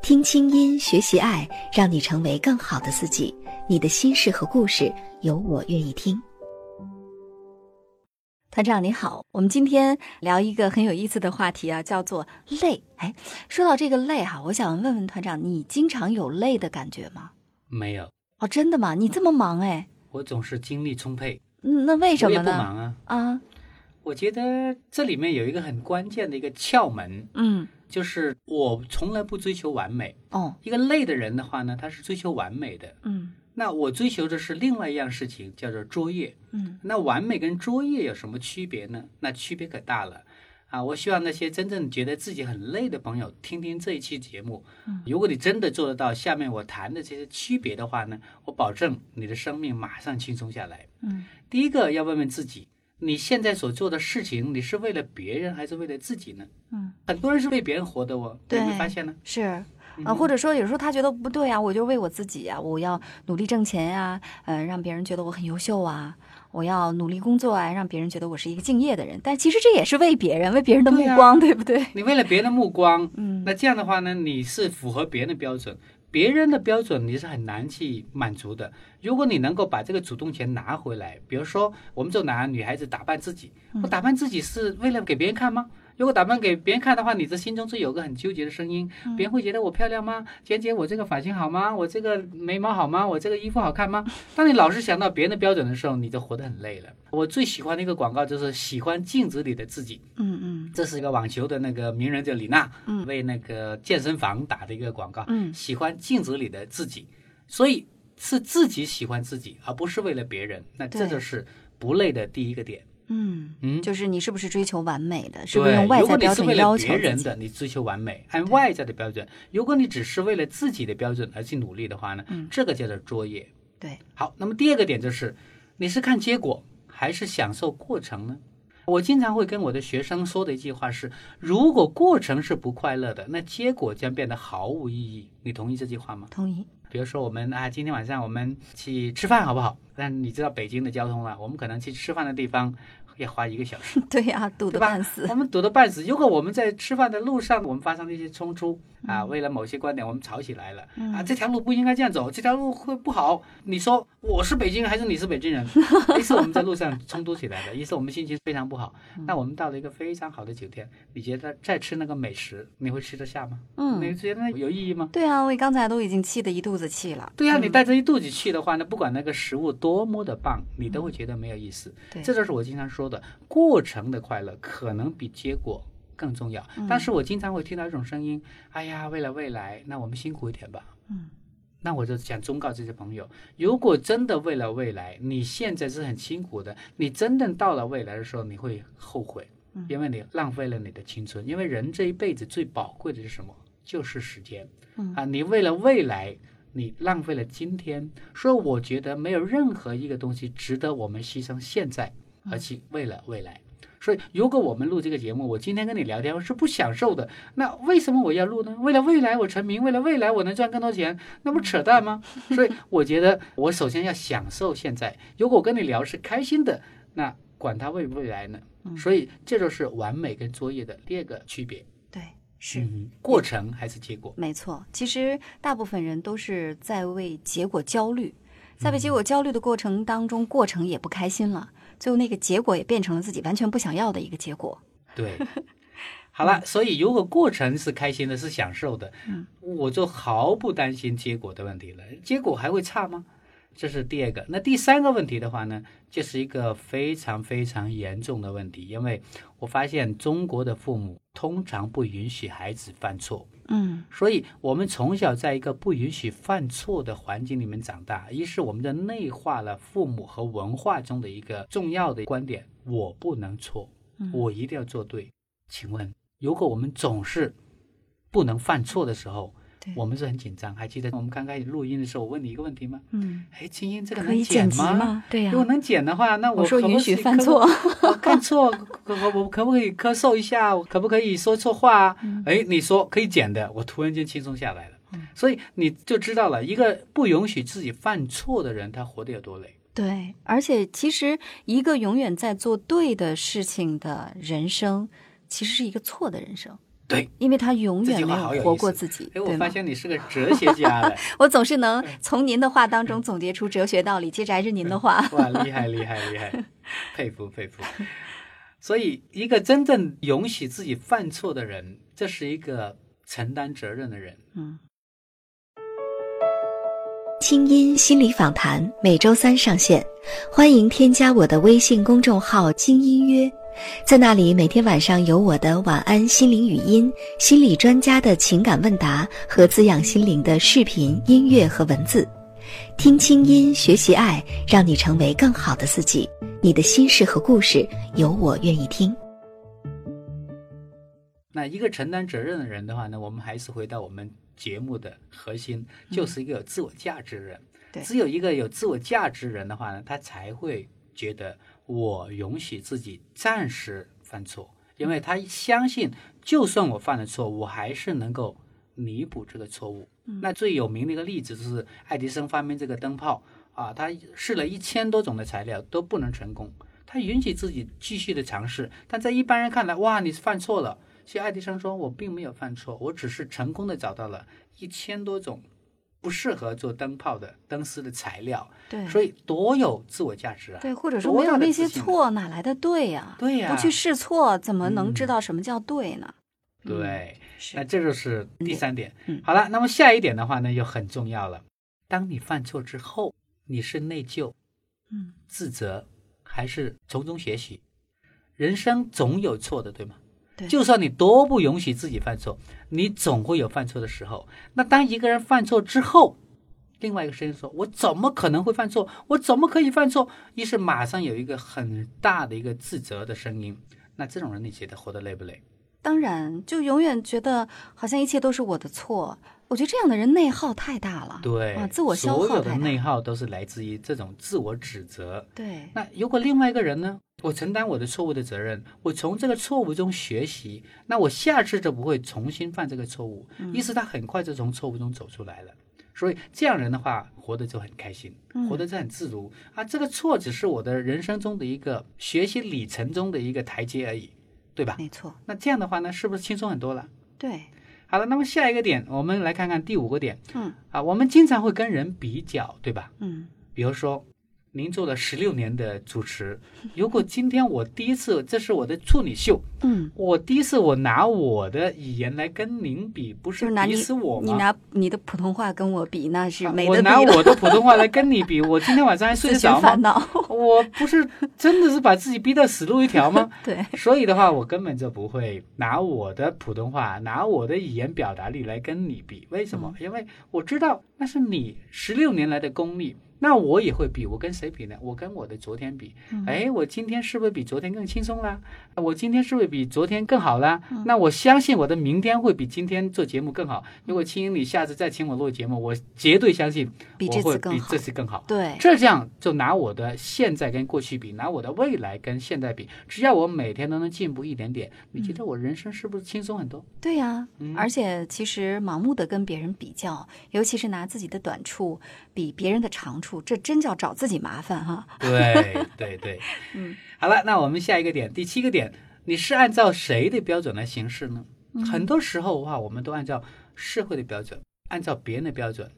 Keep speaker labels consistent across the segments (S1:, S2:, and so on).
S1: 听清音，学习爱，让你成为更好的自己。你的心事和故事，有我愿意听。团长你好，我们今天聊一个很有意思的话题啊，叫做累。哎，说到这个累哈、我想问问团长，你经常有累的感觉吗？
S2: 没有，
S1: 哦，真的吗？你这么忙哎，
S2: 我总是精力充沛。
S1: 嗯那为什
S2: 我也
S1: 么
S2: 不
S1: 呢？
S2: 忙啊。
S1: 啊，
S2: 我觉得这里面有一个很关键的一个窍门，
S1: 嗯，
S2: 就是我从来不追求完美。
S1: 哦，
S2: 一个累的人的话呢，他是追求完美的。
S1: 嗯
S2: 那我追求的是另外一样事情，叫做卓越。
S1: 嗯
S2: 那完美跟卓越有什么区别呢？那区别可大了啊！我希望那些真正觉得自己很累的朋友听听这一期节目。
S1: 嗯
S2: 如果你真的做得到下面我谈的这些区别的话呢，我保证你的生命马上轻松下来。
S1: 嗯，
S2: 第一个要问问自己，你现在所做的事情，你是为了别人还是为了自己呢？
S1: 嗯，
S2: 很多人是为别人活的哦，
S3: 对
S2: 你有没有发现呢？
S3: 是啊、
S2: 嗯
S3: 或者说有时候他觉得不对啊，我就为我自己啊，我要努力挣钱呀、呃，让别人觉得我很优秀啊，我要努力工作啊，让别人觉得我是一个敬业的人。但其实这也是为别人，为别人的目
S2: 对呀
S3: 光，对不对？
S2: 你为了别人的目光，
S3: 嗯
S2: 那这样的话呢，你是符合别人的标准，别人的标准你是很难去满足的。如果你能够把这个主动权拿回来，比如说我们就拿女孩子打扮自己，
S3: 嗯
S2: 我打扮自己是为了给别人看吗？如果打扮给别人看的话，你的心中是有个很纠结的声音，
S3: 嗯
S2: 别人会觉得我漂亮吗？简姐，我这个发型好吗？我这个眉毛好吗？我这个衣服好看吗？当你老是想到别人的标准的时候，你就活得很累了。我最喜欢的一个广告就是喜欢镜子里的自己。
S3: 嗯嗯
S2: 这是一个网球的那个名人叫李娜，为那个健身房打的一个广告，
S3: 嗯
S2: 喜欢镜子里的自己，所以是自己喜欢自己，而不是为了别人。那这
S3: 对
S2: 就是不累的第一个点。
S3: 嗯
S2: 嗯
S3: 就是你是不是追求完美的，是不
S2: 对，
S3: 是用外
S2: 如果
S3: 在
S2: 你
S3: 标
S2: 是
S3: 准
S2: 为了
S3: 要
S2: 别
S3: 求自
S2: 人
S3: 己？
S2: 的，你追求完美，按外在的标准；如果你只是为了自己的标准而去努力的话呢，
S3: 嗯
S2: 这个叫做卓越。
S3: 对，
S2: 好，那么第二个点就是，你是看结果还是享受过程呢？我经常会跟我的学生说的一句话是：如果过程是不快乐的，那结果将变得毫无意义。你同意这句话吗？
S3: 同意。
S2: 比如说我们啊，今天晚上我们去吃饭好不好？但你知道北京的交通了，我们可能去吃饭的地方要花一个小时。
S3: 对呀、堵得
S2: 对吧
S3: 半死。
S2: 我们堵得半死。如果我们在吃饭的路上，我们发生了一些冲突
S3: 嗯
S2: 啊，为了某些观点我们吵起来了啊，这条路不应该这样走，这条路会不好。你说我是北京人还是你是 北京人？于是我们在路上冲突起来了，于是我们心情非常不好。
S3: 嗯
S2: 那我们到了一个非常好的酒店，你觉得再吃那个美食，你会吃得下吗？
S3: 嗯
S2: 你觉得有意义吗？
S3: 对啊，我刚才都已经气得一肚子气了。
S2: 对呀、你带着一肚子气的话，那不管那个食物多么的棒，你都会觉得没有意思。
S3: 对
S2: 这就是我经常说的，过程的快乐可能比结果更重要。但是我经常会听到一种声音：“哎呀，为了未来，那我们辛苦一点吧。”
S3: 嗯，
S2: 那我就想忠告这些朋友，如果真的为了未来，你现在是很辛苦的，你真正到了未来的时候，你会后悔，因为你浪费了你的青春。因为人这一辈子最宝贵的是什么？就是时间。啊，你为了未来，你浪费了今天。所以我觉得没有任何一个东西值得我们牺牲现在，而去为了未来。所以，如果我们录这个节目，我今天跟你聊天我是不享受的，那为什么我要录呢？为了未来我成名，为了未来我能赚更多钱，那不扯淡吗？所以，我觉得我首先要享受现在。如果我跟你聊是开心的，那管他未不未来呢？所以，这就是完美跟作业的第二个区别，
S3: 对，是。
S2: 嗯过程还是结果？
S3: 没错，其实大部分人都是在为结果焦虑，在为结果焦虑的过程当中，过程也不开心了，最后那个结果也变成了自己完全不想要的一个结果。
S2: 对，好了，所以如果过程是开心的，是享受的，我就毫不担心结果的问题了。结果还会差吗？这是第二个。那第三个问题的话呢，就是一个非常非常严重的问题，因为我发现中国的父母通常不允许孩子犯错。
S3: 嗯，
S2: 所以，我们从小在一个不允许犯错的环境里面长大，一是我们的内化了父母和文化中的一个重要的观点：我不能错，
S3: 嗯
S2: 我一定要做对。请问，如果我们总是不能犯错的时候，
S3: 对
S2: 我们是很紧张。还记得我们刚开始录音的时候，我问你一个问题吗？
S3: 嗯，
S2: 哎，青音这个
S3: 可
S2: 能
S3: 以剪辑
S2: 吗？
S3: 吗？对呀、
S2: 如果能剪的话，那
S3: 我说
S2: 可不
S3: 允许
S2: 可以
S3: 犯错，
S2: 我看错，可我我可不可以咳嗽一下？我可不可以说错话啊？
S3: 嗯
S2: 哎，你说可以减的，我突然间轻松下来了。所以你就知道了，一个不允许自己犯错的人，他活得有多累。
S3: 对，而且其实一个永远在做对的事情的人生，其实是一个错的人生。
S2: 对，
S3: 因为他永
S2: 这
S3: 远
S2: 句
S3: 没
S2: 话好有
S3: 活
S2: 意
S3: 过
S2: 思
S3: 自己，
S2: 哎，
S3: 对
S2: 我
S3: 吗
S2: 发现你是个哲学 家了，
S3: 我总是能从您的话当中总结出哲学道理，接着还是您的话。
S2: 哇，厉害厉害厉害，佩服佩服。所以，一个真正允许自己犯错的人，这是一个承担责任的人。
S3: 嗯，
S1: 清音心理访谈每周三上线，欢迎添加我的微信公众号“清音约”，在那里每天晚上有我的晚安心灵语音、心理专家的情感问答和滋养心灵的视频、音乐和文字。听清音，学习爱，让你成为更好的自己。你的心事和故事，有我愿意听。
S2: 那一个承担责任的人的话呢，我们还是回到我们节目的核心，就是一个有自我价值的人。
S3: 对
S2: 只有一个有自我价值的人的话呢，他才会觉得我允许自己暂时犯错，因为他相信，就算我犯了错，我还是能够弥补这个错误。
S3: 嗯
S2: 那最有名的一个例子就是爱迪生发明这个灯泡啊，他试了一千多种的材料都不能成功，他允许自己继续的尝试，但在一般人看来，哇，你犯错了。其实爱迪生说：“我并没有犯错，我只是成功的找到了一千多种不适合做灯泡的灯丝的材料，
S3: 对，
S2: 所以多有自我价值啊！
S3: 对，或者说
S2: 多
S3: 没有
S2: 大的
S3: 那
S2: 自
S3: 些
S2: 信啊
S3: 错，哪来的对呀、
S2: 对呀
S3: 不去试错，怎么能知
S2: 嗯
S3: 道什么叫对呢？嗯
S2: 对，那
S3: 是，
S2: 这就是第三点。
S3: 嗯
S2: 好了，那么下一点的话呢，又很重要了。当你犯错之后，你是内疚、
S3: 嗯，
S2: 自责，还是从中学习？人生总有错的，对吗？
S3: 对
S2: 就算你多不允许自己犯错，你总会有犯错的时候。那当一个人犯错之后，另外一个声音说：“我怎么可能会犯错？我怎么可以犯错？”于是马上有一个很大的一个自责的声音。那这种人，你觉得活得累不累？
S3: 当然，就永远觉得好像一切都是我的错。我觉得这样的人内耗太大了，
S2: 对，
S3: 啊，自我消
S2: 所
S3: 耗
S2: 有的
S3: 太大。
S2: 内耗都是来自于这种自我指责。
S3: 对，
S2: 那如果另外一个人呢？我承担我的错误的责任，我从这个错误中学习，那我下次就不会重新犯这个错误。
S3: 嗯
S2: 于是他很快就从错误中走出来了。所以这样人的话，活得就很开心，
S3: 嗯
S2: 活得就很自如、啊。这个错只是我的人生中的一个学习里程中的一个台阶而已，对吧？
S3: 没错，
S2: 那这样的话呢，是不是轻松很多了？
S3: 对，
S2: 好了，那么下一个点，我们来看看第五个点。
S3: 嗯，
S2: 啊，我们经常会跟人比较，对吧？
S3: 嗯，
S2: 比如说，您做了十六年的主 持，如果今天我第一次，这是我的处女秀，
S3: 嗯，
S2: 我第一次我拿我的语言来跟您比，不
S3: 就是是拿
S2: 鄙
S3: 你
S2: 视我
S3: 你
S2: 吗？
S3: 拿你的普通话跟我比，那是
S2: 啊
S3: 没
S2: 我
S3: 得比
S2: 拿
S3: 了。
S2: 我的普通话来跟你比，我今天晚上还睡
S3: 自
S2: 得
S3: 寻
S2: 着
S3: 烦
S2: 吗？
S3: 恼。
S2: 我不是真的是把自己逼到死路一条吗？
S3: 对，
S2: 所以的话，我根本就不会拿我的普通话、拿我的语言表达力来跟你比。为什么？
S3: 嗯
S2: 因为我知道那是你十六年来的功力。那我也会比，我跟谁比呢？我跟我的昨天比。
S3: 嗯
S2: 哎，我今天是不是比昨天更轻松啦？我今天是不是比昨天更好啦？
S3: 嗯
S2: 那我相信我的明天会比今天做节目更好。
S3: 嗯
S2: 如果青英你下次再请我录节目，我绝对相信
S3: 比
S2: 我
S3: 这次
S2: 会
S3: 更
S2: 比
S3: 好
S2: 这次更好。
S3: 对，
S2: 这样就拿我的现在跟过去比，拿我的未来跟现在比，只要我每天都能进步一点点，你觉得我人生是不是轻松很多？
S3: 对呀、
S2: 嗯
S3: 而且其实盲目的跟别人比较，尤其是拿自己的短处比别人的长处，这真叫找自己麻烦哈、
S2: 对对对，
S3: 嗯，
S2: 好了，那我们下一个点，第七个点，你是按照谁的标准来行事呢？很多时候的话，我们都按照社会的标准，按照别人的标准。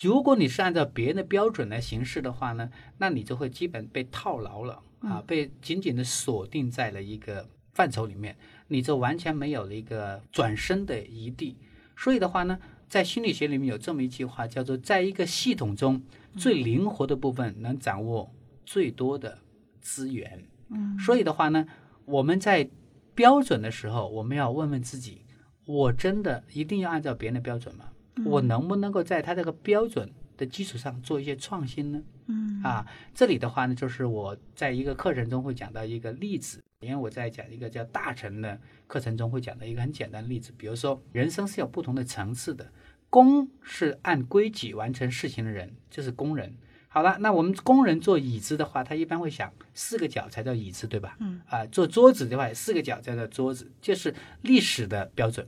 S2: 如果你是按照别人的标准来行事的话呢，那你就会基本被套牢了啊，被紧紧的锁定在了一个范畴里面，你就完全没有了一个转身的余地。所以的话呢，在心理学里面有这么一句话，叫做在一个系统中最灵活的部分能掌握最多的资源。嗯，所以的话呢，我们在标准的时候，我们要问问自己：我真的一定要按照别人的标准吗？我能不能够在他这个标准的基础上做一些创新呢？嗯啊，这里的话呢，就是我在一个课程中会讲到一个例子，因为我在讲一个叫大成的课程中会讲到一个很简单的例子，比如说人生是有不同的层次的，工是按规矩完成事情的人，这是工人。好了，那我们工人做椅子的话，他一般会想四个角才叫椅子，对吧？
S3: 嗯。
S2: 啊、做桌子的话，四个角才叫桌子，这是历史的标准。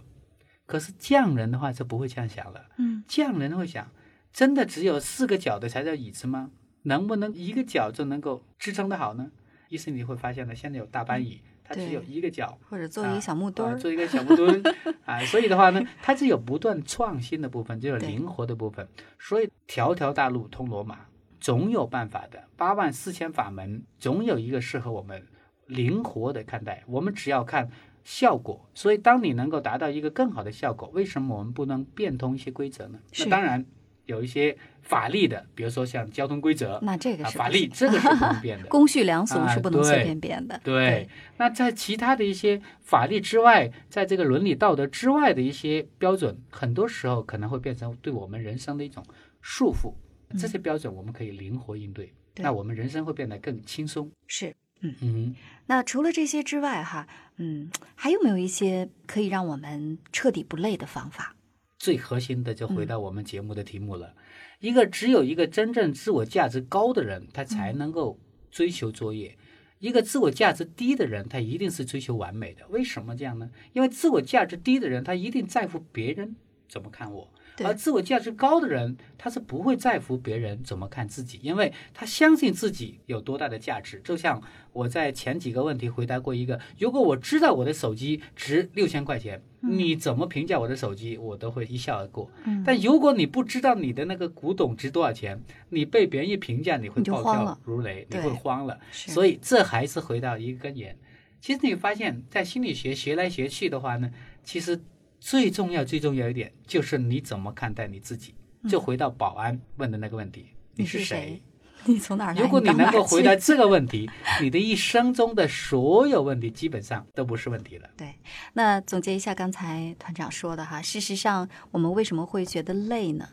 S2: 可是匠人的话就不会这样想了，
S3: 嗯，
S2: 匠人会想，真的只有四个角的才叫椅子吗？能不能一个角就能够支撑得好呢？于是你会发现呢，现在有大班椅，它只
S3: 嗯对
S2: 有一个角，
S3: 或者做一个小木墩
S2: 啊，
S3: 儿，
S2: 做一个小 木墩啊，所以的话呢，它是有不断创新的部分，就有
S3: 对
S2: 灵活的部分，所以条条大路通罗马，总有办法的。八万四千法门，总有一个适合我们灵活的看待。我们只要看效果，所以当你能够达到一个更好的效果，为什么我们不能变通一些规则呢？那
S3: 是
S2: 当然有一些法律的，比如说像交通规则。
S3: 那这个
S2: 啊，
S3: 是
S2: 法
S3: 不行，
S2: 律这个是不能变的
S3: 公序良俗
S2: 啊
S3: 是不能随
S2: 对
S3: 便变的。
S2: 对，，那在其他的一些法律之外，在这个伦理道德之外的一些标准，很多时候可能会变成对我们人生的一种束缚。这些标准我们可以灵活应对，
S3: 对
S2: 那我们人生会变得更轻松。
S3: 是。
S2: 嗯，
S3: 那除了这些之外，哈，嗯，还有没有一些可以让我们彻底不累的方法？
S2: 最核心的就回到我们节目的题目了，一个只有一个真正自我价值高的人，他才能够追求卓越。一个自我价值低的人，他一定是追求完美的。为什么这样呢？因为自我价值低的人，他一定在乎别人怎么看我，
S3: 对
S2: 而自我价值高的人，他是不会在乎别人怎么看自己，因为他相信自己有多大的价值。就像我在前几个问题回答过一个，如果我知道我的手机值六千块钱，你怎么评价我的手机，我都会一笑而过。
S3: 嗯
S2: 但如果你不知道你的那个古董值多少钱，你被别人一评价，你会
S3: 你就
S2: 暴
S3: 慌了
S2: 跳如雷，你会
S3: 对
S2: 慌了。
S3: 是
S2: 所以这还是回到一个根源。其实你发现，在心理学学来学去的话呢，其实最重要、最重要一点就是你怎么看待你自己。就回到保安问的那个问题，
S3: 嗯你
S2: 是
S3: 是谁？ 你从哪儿来？
S2: 如果
S3: 你
S2: 你
S3: 到
S2: 能
S3: 哪
S2: 够
S3: 儿
S2: 回
S3: 去
S2: 答这个问题，你的一生中的所有问题基本上都不是问题了。
S3: 对，那总结一下刚才团长说的哈，事实上我们为什么会觉得累呢？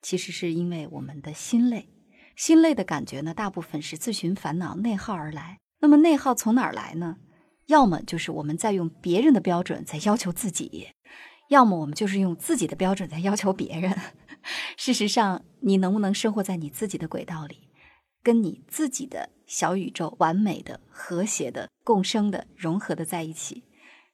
S3: 其实是因为我们的心累，心累的感觉呢，大部分是自寻烦恼、内耗而来。那么内耗从哪儿来呢？要么就是我们在用别人的标准在要求自己，要么我们就是用自己的标准在要求别人。事实上，你能不能生活在你自己的轨道里，跟你自己的小宇宙完美的、和谐的、共生的、融合的在一起，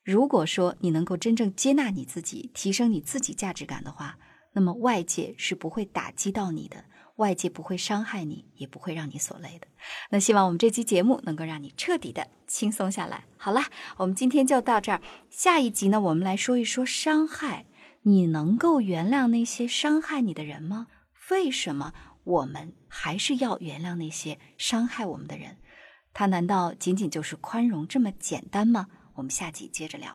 S3: 如果说你能够真正接纳你自己，提升你自己价值感的话，那么外界是不会打击到你的，外界不会伤害你，也不会让你所累的。那希望我们这期节目能够让你彻底的轻松下来。好啦，我们今天就到这儿，下一集呢，我们来说一说伤害。你能够原谅那些伤害你的人吗？为什么我们还是要原谅那些伤害我们的人？他难道仅仅就是宽容这么简单吗？我们下集接着聊。